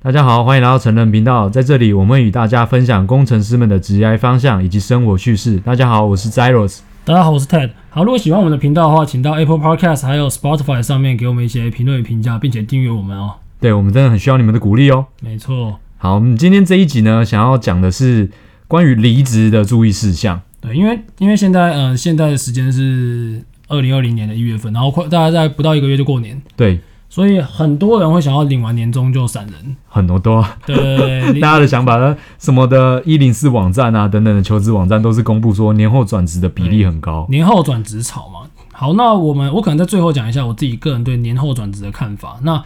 大家好，欢迎来到成人频道，在这里我们与大家分享工程师们的职业方向以及生活趣事。大家好，我是 Zeros。大家好，我是 Ted。好，如果喜欢我们的频道的话，请到 Apple Podcast 还有 Spotify 上面给我们一些评论与评价，并且订阅我们哦。对我们真的很需要你们的鼓励哦。没错，好，我们今天这一集呢，想要讲的是关于离职的注意事项。对，因为因为现在呃，现在的时间是二零二零年的一月份，然后快大概在不到一个月就过年，对，所以很多人会想要领完年终就闪人。很多多对，你大家的想法呢，什么的一零四网站啊等等的求职网站都是公布说年后转职的比例很高。年后转职潮嘛。好，那我们我可能在最后讲一下我自己个人对年后转职的看法。那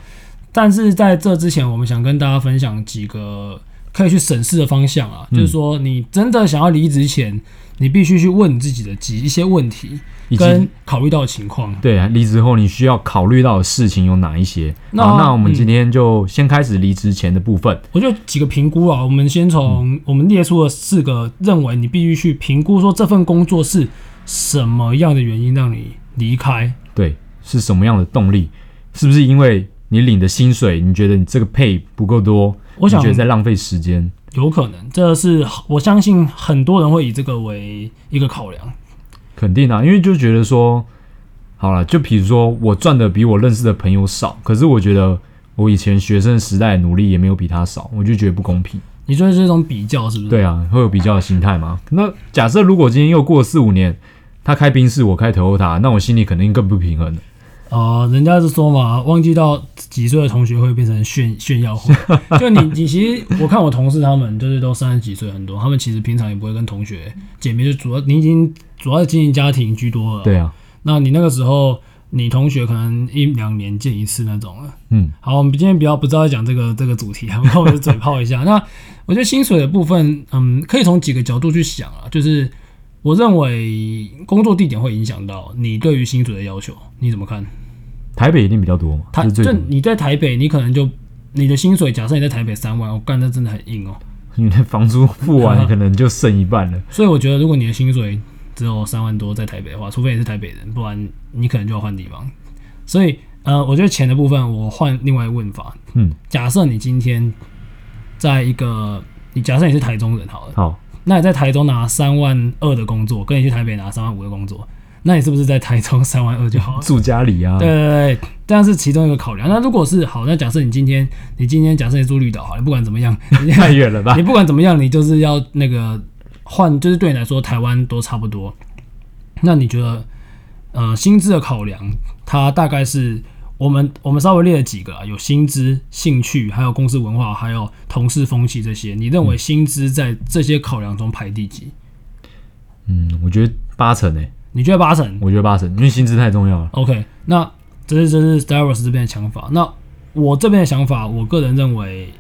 但是在这之前，我们想跟大家分享几个可以去审视的方向啊，嗯就是说你真的想要离职前，你必须去问你自己的几一些问题，以及跟考虑到的情况。对啊，离职后你需要考虑到的事情有哪一些？那好，那我们今天就先开始离职前的部分。我就几个评估啊，我们先嗯从我们列出了四个认为你必须去评估，说这份工作是什么样的原因让你离开。对，是什么样的动力？是不是因为你领的薪水，你觉得你这个配不够多？我想你觉得在浪费时间？有可能，这是我相信很多人会以这个为一个考量。肯定啊，因为就觉得说，好了，就比如说我赚的比我认识的朋友少，可是我觉得我以前学生时代的努力也没有比他少，我就觉得不公平。你说的是这种比较是不是？，对啊，会有比较的心态吗？那假设如果今天又过了四五年，他开宾士，我开 Toyota，那我心里肯定更不平衡了。呃，人家是说嘛，忘记到几岁的同学会变成炫炫耀 会。就你，你其实我看我同事他们就是都三十几岁很多，他们其实平常也不会跟同学见面，就主要你已经主要是经营家庭居多了。，对啊，那你那个时候你同学可能一两年见一次那种了。嗯，好，我们今天不要不知道讲这个这个主题啊， 然后我就嘴炮一下。那我觉得薪水的部分，嗯，可以从几个角度去想啊，就是我认为工作地点会影响到你对于薪水的要求，你怎么看？台北一定比较多嘛，台这是最就多的你在台北，你可能就你的薪水，假设你在台北三万，我干那真的很硬哦。你的房租付 完可能就剩一半了。所以我觉得，如果你的薪水只有三万多在台北的话，除非你是台北人，不然你可能就要换地方。所以，呃，我觉得钱的部分，我换另外问法。嗯，假设你今天在一个，你假设你是台中人好了，好，那你在台中拿三万二的工作，跟你去台北拿三万五的工作，那你是不是在台中 三万二就好了？住家里啊，对对对，但是其中一个考量。那如果是好，那假设你今天，你今天假设你住绿岛好了，不管怎么样，你太远了吧你？不管怎么样，你就是要那个换，就是对你来说台湾都差不多。那你觉得，呃，薪资的考量，它大概是我们我们稍微列了几个啊，有薪资、兴趣，还有公司文化，还有同事风气这些。你认为薪资在这些考量中排第几？嗯，我觉得八成诶、欸你觉得八成我觉得八成，因为薪资太重要了。 ？OK，那这是这是 s t a r w a s 这边的想法。那我这边的想法，我个人认为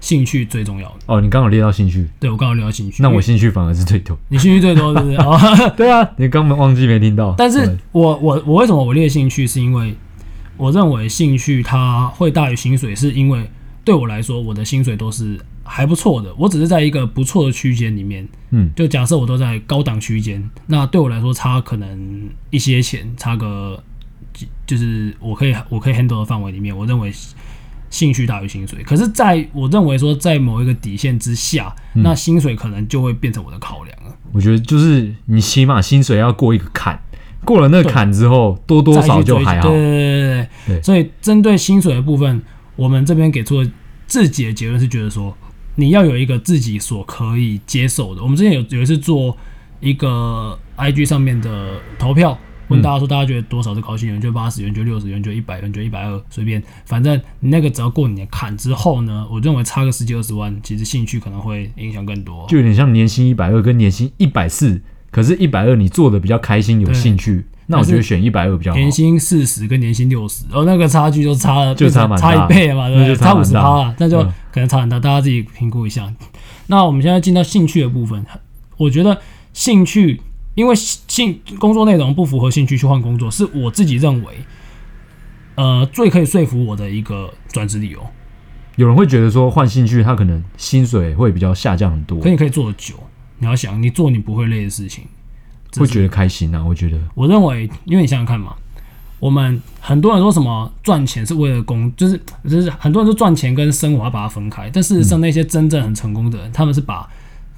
兴趣最重要的。哦，你刚好列到兴趣，对我刚好聊到兴趣，那因我为兴趣反而是最 多。你兴趣最多是不是？哦，对啊，你刚忘记没听到？哦但是对我我我为什么我列兴趣，是因为我认为兴趣它会大于薪水，是因为对我来说，我的薪水都是还不错的，我只是在一个不错的区间里面。嗯，就假设我都在高档区间，那对我来说差可能一些钱，差个几就是我可以我可以 handle 的范围里面，我认为兴趣大于薪水。可是在我认为说，在某一个底线之下，那薪水可能就会变成我的考量了。我觉得就是你起码薪水要过一个坎，过了那个坎之后，多多少就还好对。对对对对对。所以针对薪水的部分，我们这边给出的自己的结论是觉得说，你要有一个自己所可以接受的。我们之前有有一次做一个 IG 上面的投票。嗯问大家说，大家觉得多少是高薪？有人觉得八十，有人觉得六十，有人觉得一百，有人觉得一百二，随便，反正你那个只要过你的坎之后呢，我认为差个十几二十万，其实兴趣可能会影响更多。啊就有点像年薪一百二跟年薪一百四，可是，一百二你做的比较开心，有对兴趣，那我觉得选一百二比较好。年薪四十跟年薪六十，哦，那个差距就差了，就差变蛮成大差一倍了嘛，对不那对？就差差蛮五大十趴了，那就嗯可能差很大，大家自己评估一下。那我们现在进到兴趣的部分，我觉得兴趣，因为兴工作内容不符合兴趣去换工作，是我自己认为，呃，最可以说服我的一个转职理由。有人会觉得说换兴趣，他可能薪水会比较下降很多可，你可以做的久，你要想你做你不会累的事情，会觉得开心啊。我觉得我认为，因为你想想看嘛，我们很多人说什么赚钱是为了工，就是就是很多人说赚钱跟生活要把它分开，但嗯事实上那些真正很成功的人，他们是把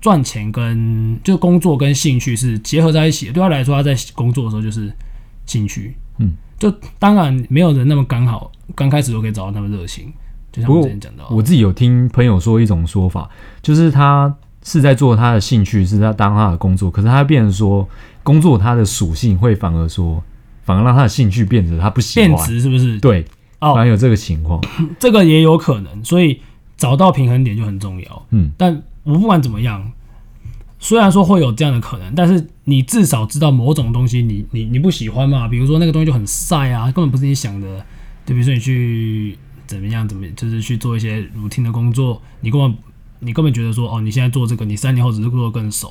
赚钱跟就工作跟兴趣是结合在一起的。对他来说，他在工作的时候就是兴趣，嗯，就当然没有人那么刚好刚开始就可以找到那么热情，就像不我过之前讲到的，哦我自己有听朋友说一种说法，就是他是在做他的兴趣，是他当他的工作，可是他变成说工作他的属性会反而说，反而让他的兴趣变得他不喜变欢，质是不是？对，哦反而有这个情况，这个也有可能，所以找到平衡点就很重要。嗯，但我不管怎么样，虽然说会有这样的可能，但是你至少知道某种东西你你你不喜欢嘛，比如说那个东西就很晒啊，根本不是你想的。就比如说你去怎么样怎么，就是去做一些 routine 的工作，你根本你根本觉得说哦，你现在做这个，你三年后只是做得更熟，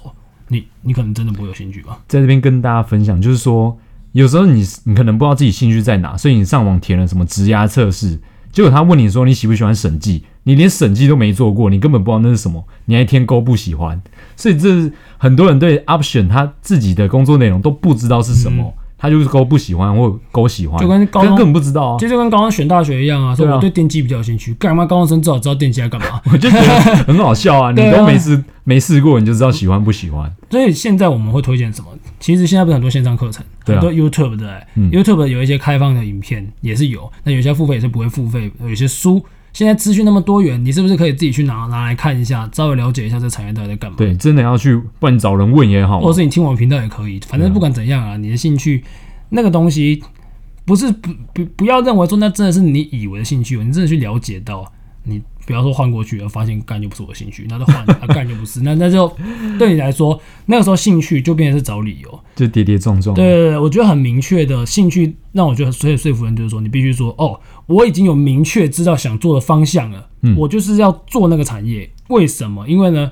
你你可能真的不会有兴趣吧？在这边跟大家分享，就是说有时候你你可能不知道自己兴趣在哪，所以你上网填了什么职涯测试，结果他问你说你喜不喜欢审计，你连审计都没做过，你根本不知道那是什么，你还填勾不喜欢，所以这是很多人对 option 他自己的工作内容都不知道是什么，他就是勾不喜欢或勾喜欢，就跟高他中根本不知道啊这。就跟高中选大学一样啊，说对啊我对电机比较有兴趣，干嘛高中生至少知道电机在干嘛？我就觉得很好笑啊！你对啊都没试、没试过，你就知道喜欢不喜欢。所以现在我们会推荐什么？其实现在不是很多线上课程，对很啊多 YouTube 的、嗯 y o u t u b e 有一些开放的影片也是有，那有些付费也是不会付费，有些书。现在资讯那么多元，你是不是可以自己去拿拿来看一下，稍微了解一下这产业到底在干嘛？，对，真的要去，不然你找人问也好嘛。或者是你听我们频道也可以，反正不管怎样啊，你的兴趣那个东西，不是不不不要认为说那真的是你以为的兴趣，你真的去了解到，你不要说换过去了，发现干就不是我的兴趣，那就换啊干就不是，那那就对你来说，那个时候兴趣就变成是找理由。就跌跌撞撞。对对对，我觉得很明确的兴趣，让我觉得所以说服人就是说，你必须说哦，我已经有明确知道想做的方向了，嗯我就是要做那个产业。为什么？因为呢，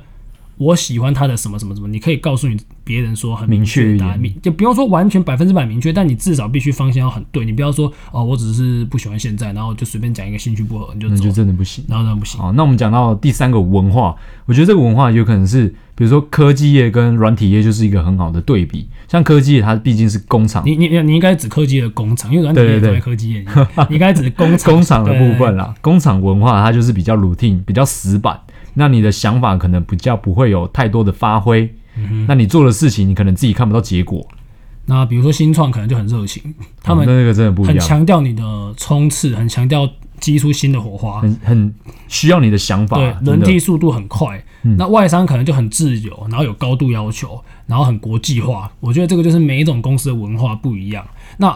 我喜欢它的什么什么什么，你可以告诉你别人说很明确确的一答案，点明就不用说完全百分之百明确，但你至少必须方向要很对，你不要说哦，我只是不喜欢现在，然后就随便讲一个兴趣不合你就那走就，真的不行。然后那不行。好，那我们讲到第三个文化，我觉得这个文化有可能是，比如说科技业跟软体业就是一个很好的对比。像科技业，它毕竟是工厂，你你你应该指科技的工厂，因为软体对也对在 对科技业里面，你应该指工厂工厂的对部分啦，工厂文化它就是比较 routine，比较死板。那你的想法可能比较不会有太多的发挥，嗯那你做的事情你可能自己看不到结果。那比如说新创可能就很热情，他们哦那个真的不一很样，强调你的冲刺，很强调激出新的火花，很很需要你的想法对，，嗯啊真轮的嗯替速度很快。那外商可能就很自由，然后有高度要求，然后很国际化。我觉得这个就是每一种公司的文化不一样。那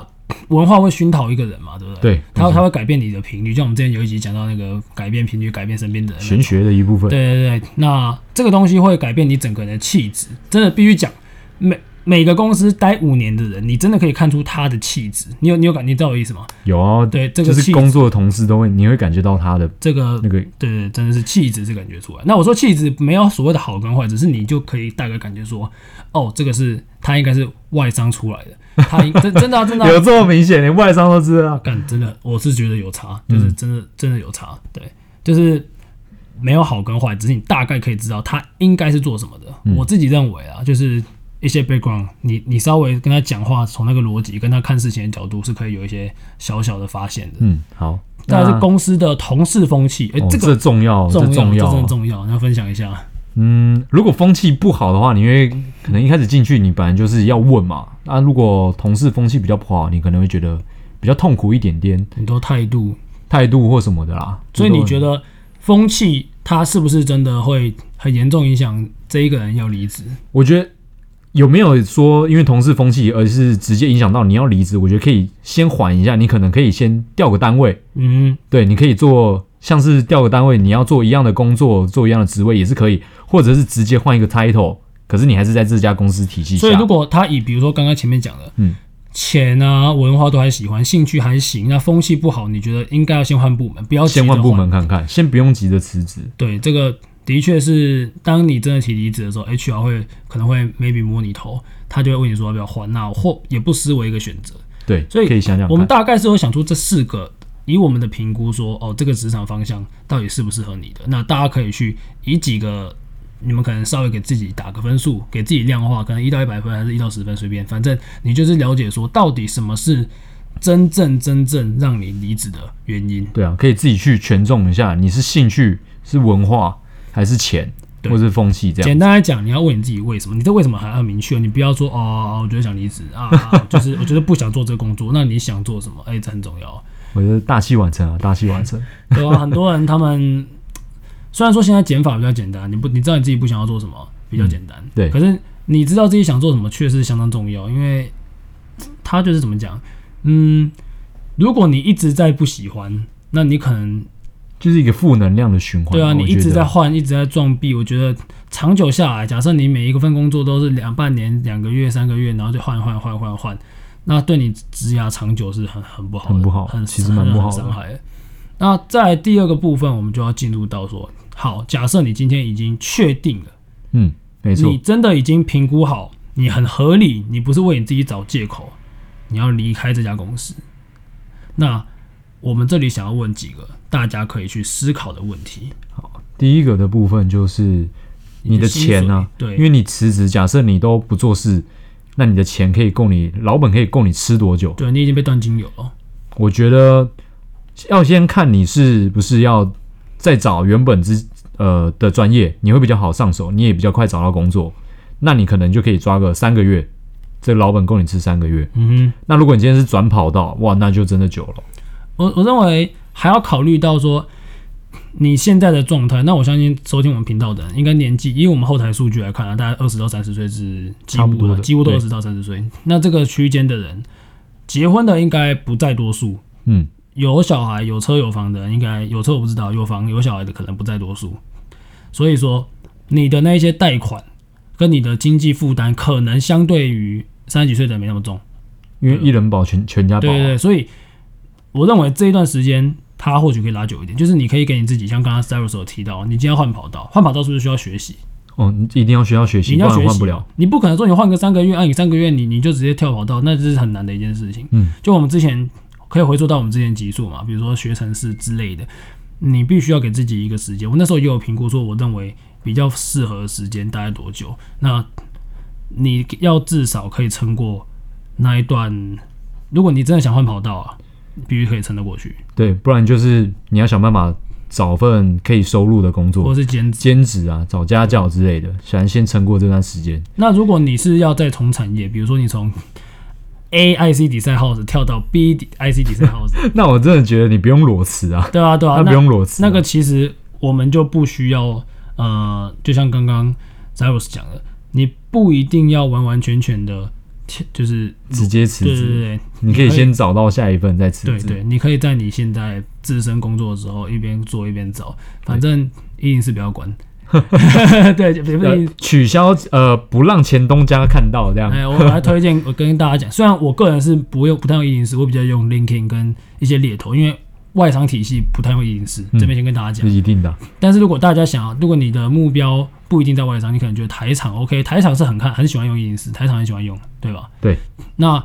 文化会熏陶一个人嘛，对不对？对它它会改变你的频率，就像我们之前有一集讲到那个改变频率，改变身边的人。玄学的一部分。对对对，那这个东西会改变你整个人的气质，真的必须讲，每每个公司待五年的人，你真的可以看出他的气质。你有你有感，你知道我意思吗？有啊，对这个就是气工作的同事都会，你会感觉到他的这个那个对对，真的是气质是感觉出来。那我说气质没有所谓的好跟坏，只是你就可以大概感觉说，哦，这个是他应该是外商出来的，他应真真的啊、真的啊、 有这么明显，连外商都知道。干真的，我是觉得有差，嗯就是真的、真的有差，对，就是没有好跟坏，只是你大概可以知道他应该是做什么的。嗯我自己认为啊，就是一些 background，你你稍微跟他讲话，从那个逻辑跟他看事情的角度，是可以有一些小小的发现的。嗯，好，再来那是公司的同事风气，哎、哦这个这重要，重要，重这真要啊的。重要，你要分享一下。嗯，如果风气不好的话，你会可能一开始进去，你本来就是要问嘛。那、如果同事风气比较不好，你可能会觉得比较痛苦一点点，很多态度，态度或什么的啦。所以你觉得得风气它是不是真的会很严重影响这一个人要离职？我觉得有没有说因为同事风气，而是直接影响到你要离职？我觉得可以先缓一下，你可能可以先调个单位，嗯，对，你可以做像是调个单位，你要做一样的工作，做一样的职位也是可以，或者是直接换一个 title，可是你还是在这家公司体系下。所以如果他以比如说刚刚前面讲的，啊嗯，钱啊、文化都还喜欢，兴趣还行，那风气不好，你觉得应该要先换部门，不要急着先换部。门看看，先不用急着辞职。对，这个的确是，当你真的提离职的时候，HR 会可能会 maybe 摸你头，他就会问你说要不要换，那或也不失为一个选择。对，所以可以想想看我们大概是有想出这四个，以我们的评估说，哦，这个职场方向到底适不适合你的？那大家可以去以几个，你们可能稍微给自己打个分数，给自己量化，可能一到一百分，还是一到十分，随便，反正你就是了解说到底什么是真正真正让你离职的原因。对啊，可以自己去权重一下，你是兴趣、是文化还是钱，对或是风气这简样。单来讲，你要问你自己为什么，你的为什么还要明确，你不要说哦，我觉得想离职啊，就是我觉得不想做这个工作，那你想做什么？哎、这很重要。我觉得大器晚成啊，大器晚成。对啊，很多人他们虽然说现在减法比较简单，你不你知道你自己不想要做什么比较简单，对可是你知道自己想做什么确实相当重要，因为他就是怎么讲，嗯，如果你一直在不喜欢，那你可能就是一个负能量的循环。对啊，我你一觉直得在换，一直在撞壁。我觉得长久下来，假设你每一个份工作都是两半年、两个月、三个月，然后就换换换换换，那对你职涯长久是很很不好的，很不好很其实蛮不好的很伤害的。那再来第二个部分，我们就要进入到说，好，假设你今天已经确定了，嗯，没错你，真的已经评估好，你很合理，你不是为你自己找借口，你要离开这家公司。那我们这里想要问几个大家可以去思考的问题。第一个的部分就是你的薪钱水啊，对，因为你辞职，假设你都不做事，那你的钱可以供你老本可以供你吃多久？对你已经被断金流了。我觉得要先看你是不是要再找原本之呃的专业，你会比较好上手，你也比较快找到工作。那你可能就可以抓个三个月，这老本供你吃三个月。嗯那如果你今天是转跑道，哇，那就真的久了。哼，我我认为还要考虑到说你现在的状态。那我相信收听我们频道的人，应该年纪，因为我们后台数据来看啊，大概二十到三十岁是几差不乎多啦的几乎都二对十到三十岁。那这个区间的人，结婚的应该不在多数。嗯，有小孩、有车有房的，应该有车我不知道，有房有小孩的可能不在多数。所以说，你的那一些贷款跟你的经济负担，可能相对于三十几岁的人没那么重。因为一人保全全家保对啊、对对，所以我认为这一段时间，它或许可以拉久一点，就是你可以给你自己，像刚刚 Cyrus 有提到，你今天换跑道，换跑道是不是需要学习？哦，你一定要学校学习，你不要然学换习不嘛了。，你不可能说你换个三个月，啊，你三个月你你就直接跳跑道，那这是很难的一件事情。嗯，就我们之前可以回溯到我们之前集数嘛，比如说学程式之类的，你必须要给自己一个时间。我那时候也有评估说，我认为比较适合的时间大概多久？那你要至少可以撑过那一段，如果你真的想换跑道啊，必须可以撑得过去，对，不然就是你要想办法找份可以收入的工或作，者是兼职。兼职啊，找家教之类的，想先撑过这段时间。 那如果你是要再从产业，比如说你从 A I C 底赛 house 跳到 B I C 底赛 house，那我真的觉得你不用裸辞啊，对啊对啊，那不那用裸辞啊、那个其实我们就不需要呃，就像刚刚 Cyrus 讲的，你不一定要完完全全的，就是直接辞对对职，对你可以先找到下一份再辞对职。对，你可以在你现在自身工作的时候一边做一边找，反正一定是不要管。 对，也不呃是，取消呃，不让前东家看到这样。哎，我来推荐，我跟大家讲，虽然我个人是不用不太用一零四，我比较用 LinkedIn 跟一些猎头，因为外商体系不太用一零四，这边先跟大家讲是。一定的啊，但是如果大家想要，如果你的目标不一定在外商，你可能觉得台场 OK，台场是很看很喜欢用一零四，台场很喜欢用，对吧？对。那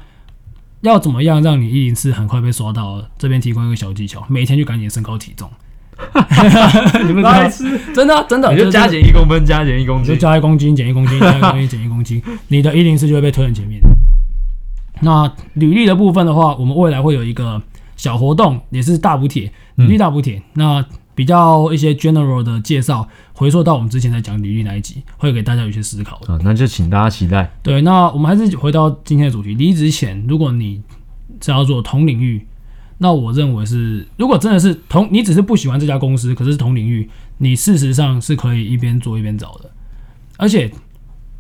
要怎么样让你一零四很快被刷到？这边提供一个小技巧，每天去赶紧身高体 重。你们知道吃，真的啊真的，你就加真的减一公分，加减一公你就斤。加一公斤减一公 斤，加一公斤减一公斤，你的一零四就会被推很前面。那履历的部分的话，我们未来会有一个小活动，也是大补帖，履嗯历大补帖。那比较一些 general 的介绍，回溯到我们之前在讲履历那一集，会给大家有一些思考的。啊，那就请大家期待。对，那我们还是回到今天的主题，离职前，如果你是要做同领域，那我认为是，如果真的是同，你只是不喜欢这家公司，可是同领域，你事实上是可以一边做一边找的，而且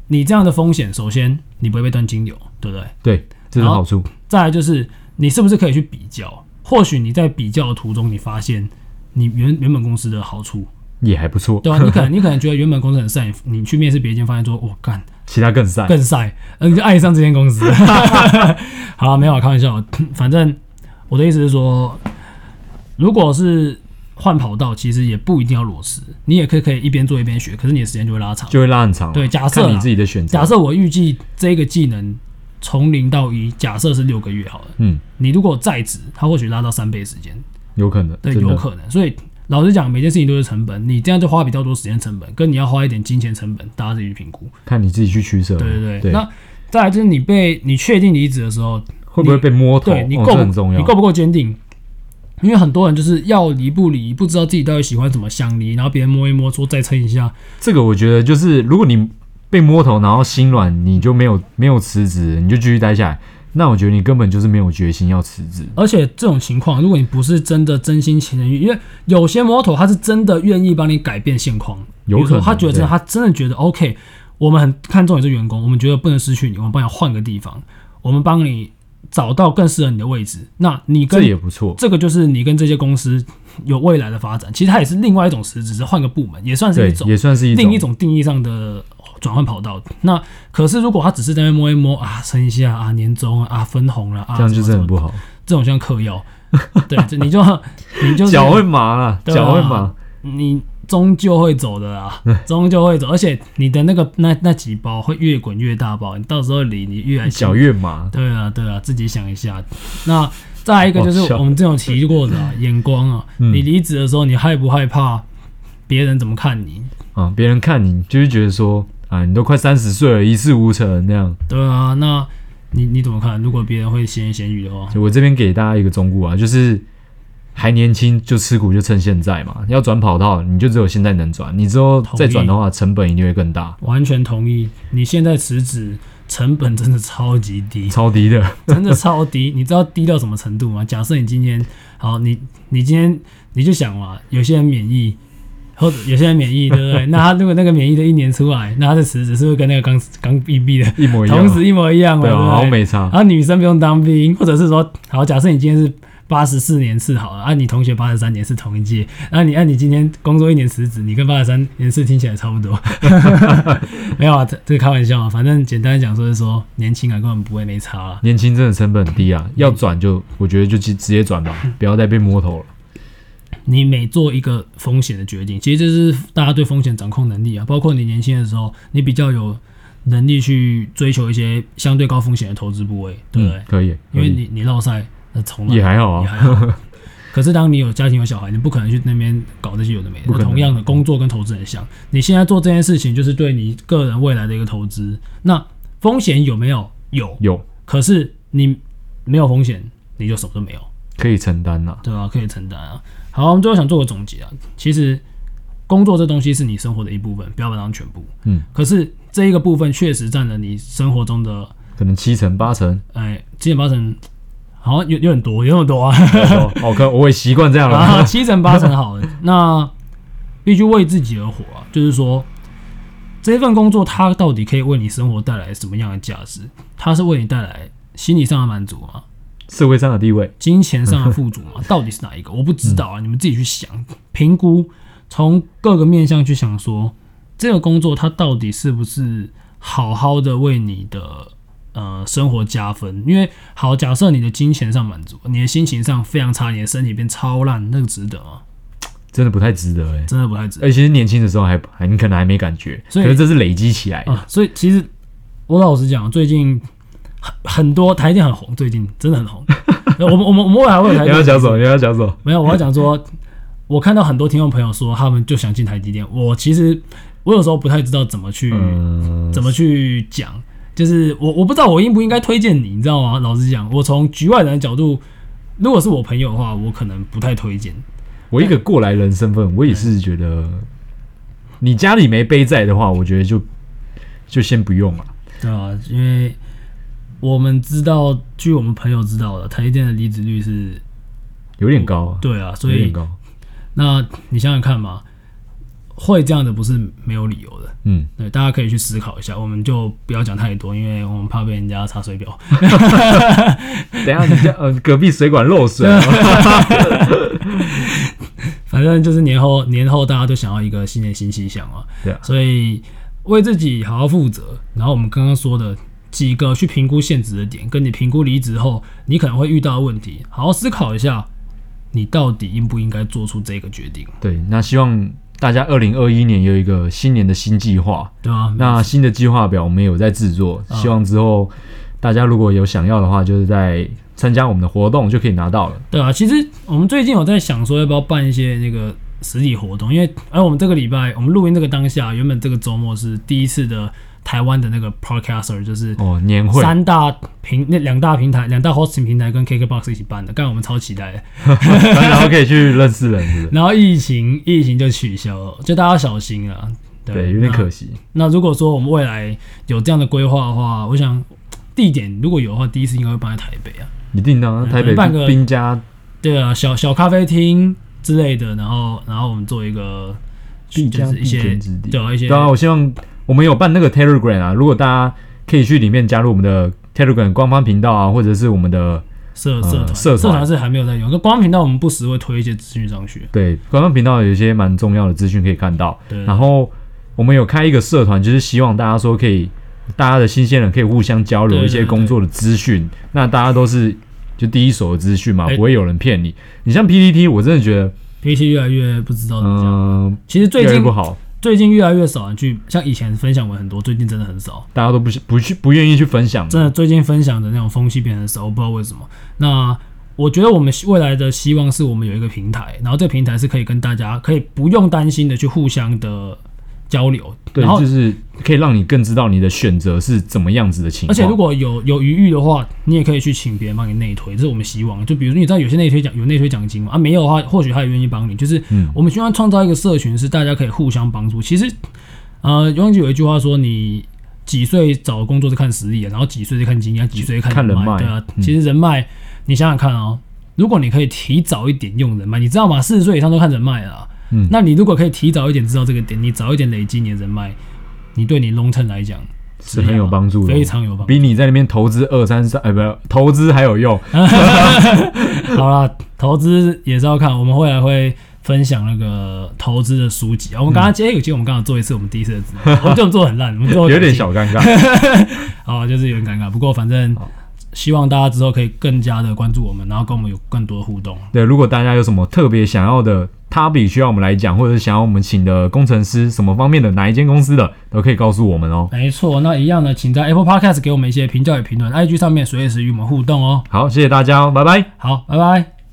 你这样的风险，首先你不会被断金流，对不对？对，这是好好处。再来就是你是不是可以去比较，或许你在比较的途中，你发现你原原本公司的好处，也还不错，对吧、你可能你可能觉得原本公司很晒，你去面试别间，发现说，我干。其他更晒。更晒，嗯，你就爱上这间公 司。 好啊，没有啊开玩笑， 反正我的意思是说，如果是换跑道，其实也不一定要裸辞，你也可以可以一边做一边学，可是你的时间就会拉长。就会拉很长啊。对假设看你啦自己的选择。假设我预计这个技能从零到一，假设是六个月好了，嗯，你如果在职，它或许拉到三倍时间，有可能，对，真的有可能。所以老实讲，每件事情都是成本，你这样就花比较多时间成本，跟你要花一点金钱成本，大家自己去评估。看你自己去取舍。对对对。嗯对，那再来就是你被你确定离职的时候，会不会被摸头，对你哦够、这很重要。你够不够坚定？因为很多人就是要离不离，不知道自己到底喜欢什么，想离，然后别人摸一摸说再撑一下，这个我觉得就是，如果你被摸头，然后心软，你就没有没有辞职，你就继续待下来，那我觉得你根本就是没有决心要辞职。而且这种情况，如果你不是真的真心情人意，因为有些摩托他是真的愿意帮你改变现况，有比如说可能他觉得真的，对他真的觉得 OK，我们很看重你这员工，我们觉得不能失去你，我们帮你换个地方，我们帮你找到更适合你的位置。那你这也跟不错。这个就是你跟这些公司有未来的发展，其实它也是另外一种实质，只是换个部门，也算是对一，种也算是一种另一种定义上的转换跑道。那可是如果他只是在那边摸一摸啊，撑一下啊，年终啊，分红了啊，这样什就么真什么的很 不好，这种像嗑药，对，这你就你 就脚会麻啦，对啊脚会麻。你终究会走的啦，终究会走，而且你的那个那那几包会越滚越大包，你到时候离你越来脚越麻，对啊对啊，自己想一下。那再来一个就好是笑我们这种提过 的、啊、眼光啊，嗯你离职的时候你害不害怕别人怎么看你？啊！别人看你就是觉得说啊，你都快三十岁了，一事无成那样。对啊，那你你怎么看？如果别人会闲言闲语的话，我这边给大家一个忠告啊，就是还年轻就吃苦，就趁现在嘛。要转跑道，你就只有现在能转，你之后再转的话，成本一定会更大，完全同意。你现在辞职成本真的超级低， 超低的。 真的超低，你知道低到什么程度吗？假设你今天，好，你你今天你就想嘛，有些人免疫，或者有些人免疫，对不对？ 那他如果那个免疫的一年出来，那他的辞职是不是跟那个刚刚毕毕的一模一样啊，同时一模一样嘛？对对啊，不好像对？没差 然。后女生不用当兵，或者是说，好，假设你今天是八十四年次好了，啊，你同学八十三年是同一届，那、你啊按、你今天工作一年辞职，你跟八十三年次听起来差不多， 没有啊，这这个开玩笑啊，反正简单讲说是说年轻啊，根本不会没差啊。年轻真的成本很低嗯啊，要转就我觉得就直直接转吧，不要再被摸头了。你每做一个风险的决定，其实这是大家对风险掌控能力啊，包括你年轻的时候，你比较有能力去追求一些相对高风险的投资部位，对不对？嗯，可以，因为可以你你落赛那从来也还好也啊，还好。 可是当你有家庭有小孩，你不可能去那边搞这些有的没不可的。能同样的工作跟投资很像，你现在做这件事情就是对你个人未来的一个投资。那风险有没有？有，有可是你没有风险，你就什么都没有。可以承担啦。对啊，可以承担啊。好，我们最后想做个总结啊。其实工作这东西是你生活的一部分，不要把它当全部。嗯，可是这一个部分确实占了你生活中的，可能七成八成，哎，七成八成，好像有有点多，有点多 啊，哦，哦可我也习惯这 样啊，了。七成八成好了。那必须为自己而活啊，就是说。这份工作它到底可以为你生活带来什么样的价值？它是为你带来心理上的满足吗？社会上的地位，金钱上的富足嘛，到底是哪一个？我不知道啊，你们自己去想评估，从各个面向去想说，这个工作它到底是不是好好的为你的呃生活加分？因为好，假设你的金钱上满足，你的心情上非常差，你的身体变超烂，那个值得吗？真的不太值得哎、真的不太值得而且其实年轻的时候还还你可能还没感觉，所可以是这是累积起来的。啊。所以其实我老实讲，最近很很多台电很红，最近真的很红。我们我们我们未来会有台 你电要讲什么？你要讲什么？没有，我要讲说，我看到很多听众朋友说他们就想进台积电，我其实我有时候不太知道怎么去、嗯，怎么去讲，就是我我不知道我应不应该推荐你，你知道吗？老实讲，我从局外人的角度，如果是我朋友的话，我可能不太推荐。我一个过来人身份，我也是觉得，你家里没背债的话，我觉得就就先不用了。对啊，因为我们知道，据我们朋友知道的，台积电的离职率是有点高啊，对啊，所有点以高。那你想想看嘛，会这样的不是没有理由的。嗯，对，大家可以去思考一下，我们就不要讲太多，因为我们怕被人家查水表。 等一下 你家呃隔壁水管漏水了，啊反正就是年后，年后大家都想要一个新年新气象嘛，对啊所以为自己好好负责。然后我们刚刚说的几个去评估现职的点，跟你评估离职后你可能会遇到的问题，好好思考一下，你到底应不应该做出这个决定，对，那希望大家二零二一年有一个新年的新计划。对吧、那新的计划表我们也有在制作，希望之后大家如果有想要的话，就是在参加我们的活动就可以拿到了。对啊，其实我们最近有在想说要不要办一些那个实体活动，因为哎、我们这个礼拜我们录音这个当下，原本这个周末是第一次的台湾的那个 Podcaster，就是哦，年会三大平那两大平台、两大 hosting 平台跟 KKBox 一起办的，干我们超期待的。 然后可以去认识人，是不是？然后疫情疫情就取消了，就大家小心啊。对，有那点可惜。那如果说我们未来有这样的规划的话，我想地点如果有的话，第一次应该会搬在台北啊。一定的啊，台北办个兵家对啊，小小咖啡厅之类的，然后然后我们做一个必就将是一必些争之地。对啊一些对啊，我希望我们有办那个 Telegram 啊，如果大家可以去里面加入我们的 Telegram 官方频道啊，或者是我们的社呃社团社团团是还没有在用，那光频道我们不时会推一些资讯上去。对官方频道有一些蛮重要的资讯可以看到。对，然后我们有开一个社团，就是希望大家说可以，大家的新鲜人可以互相交流对一些对工作的资讯。那大家都是就第一手的资讯嘛，哎不会有人骗你。你像 PPT，我真的觉得， PPT 越来越不知道怎么讲。嗯，其实最越来越近不好，最近越来越少人去，像以前分享文很多，最近真的很少。大家都不去不去不愿意去分享。真的最近分享的那种风气变得少，我不知道为什么。那我觉得我们希未来的希望是我们有一个平台，然后这个平台是可以跟大家可以不用担心的去互相的交流，对然，后就是可以让你更知道你的选择是怎么样子的情况。而且如果有有余裕的话，你也可以去请别人帮你内推，这是我们希望。就比如说你知道有些内推奖有内推奖金嘛，啊没有的话，或许他也愿意帮你。就是嗯我们希望创造一个社群，是大家可以互相帮助。其实，呃，永远有一句话说，你几岁找工作是看实力啊，然后几岁是看经验，几岁是看看人脉，脉对啊。嗯其实人脉，你想想看哦，如果你可以提早一点用人脉，你知道吗？四十岁以上都看人脉了啊。嗯那你如果可以提早一点知道这个点，你早一点累积你的人脉，你对你 long term 来讲是很有帮助的，哦非常有帮助。比你在那边投资二三三，哎，不是投资还有用。 啊好啦，投资也是要看，我们未来会分享那个投资的书籍啊。我们刚嗯刚今天有机会，我们刚好做一次我们第一次的直播，我们就做得很烂，我们做得有点很小尴 尬，啊，就是有点尴尬。不过反正好希望大家之后可以更加的关注我们，然后跟我们有更多的互动。对，如果大家有什么特别想要的 topic 需要我们来讲，或者是想要我们请的工程师什么方面的哪一间公司的，都可以告诉我们哦。没错，那一样呢，请在 Apple Podcast 给我们一些评价与评论，IG 上面随时与我们互动哦。好，谢谢大家哦，拜拜。好，拜拜。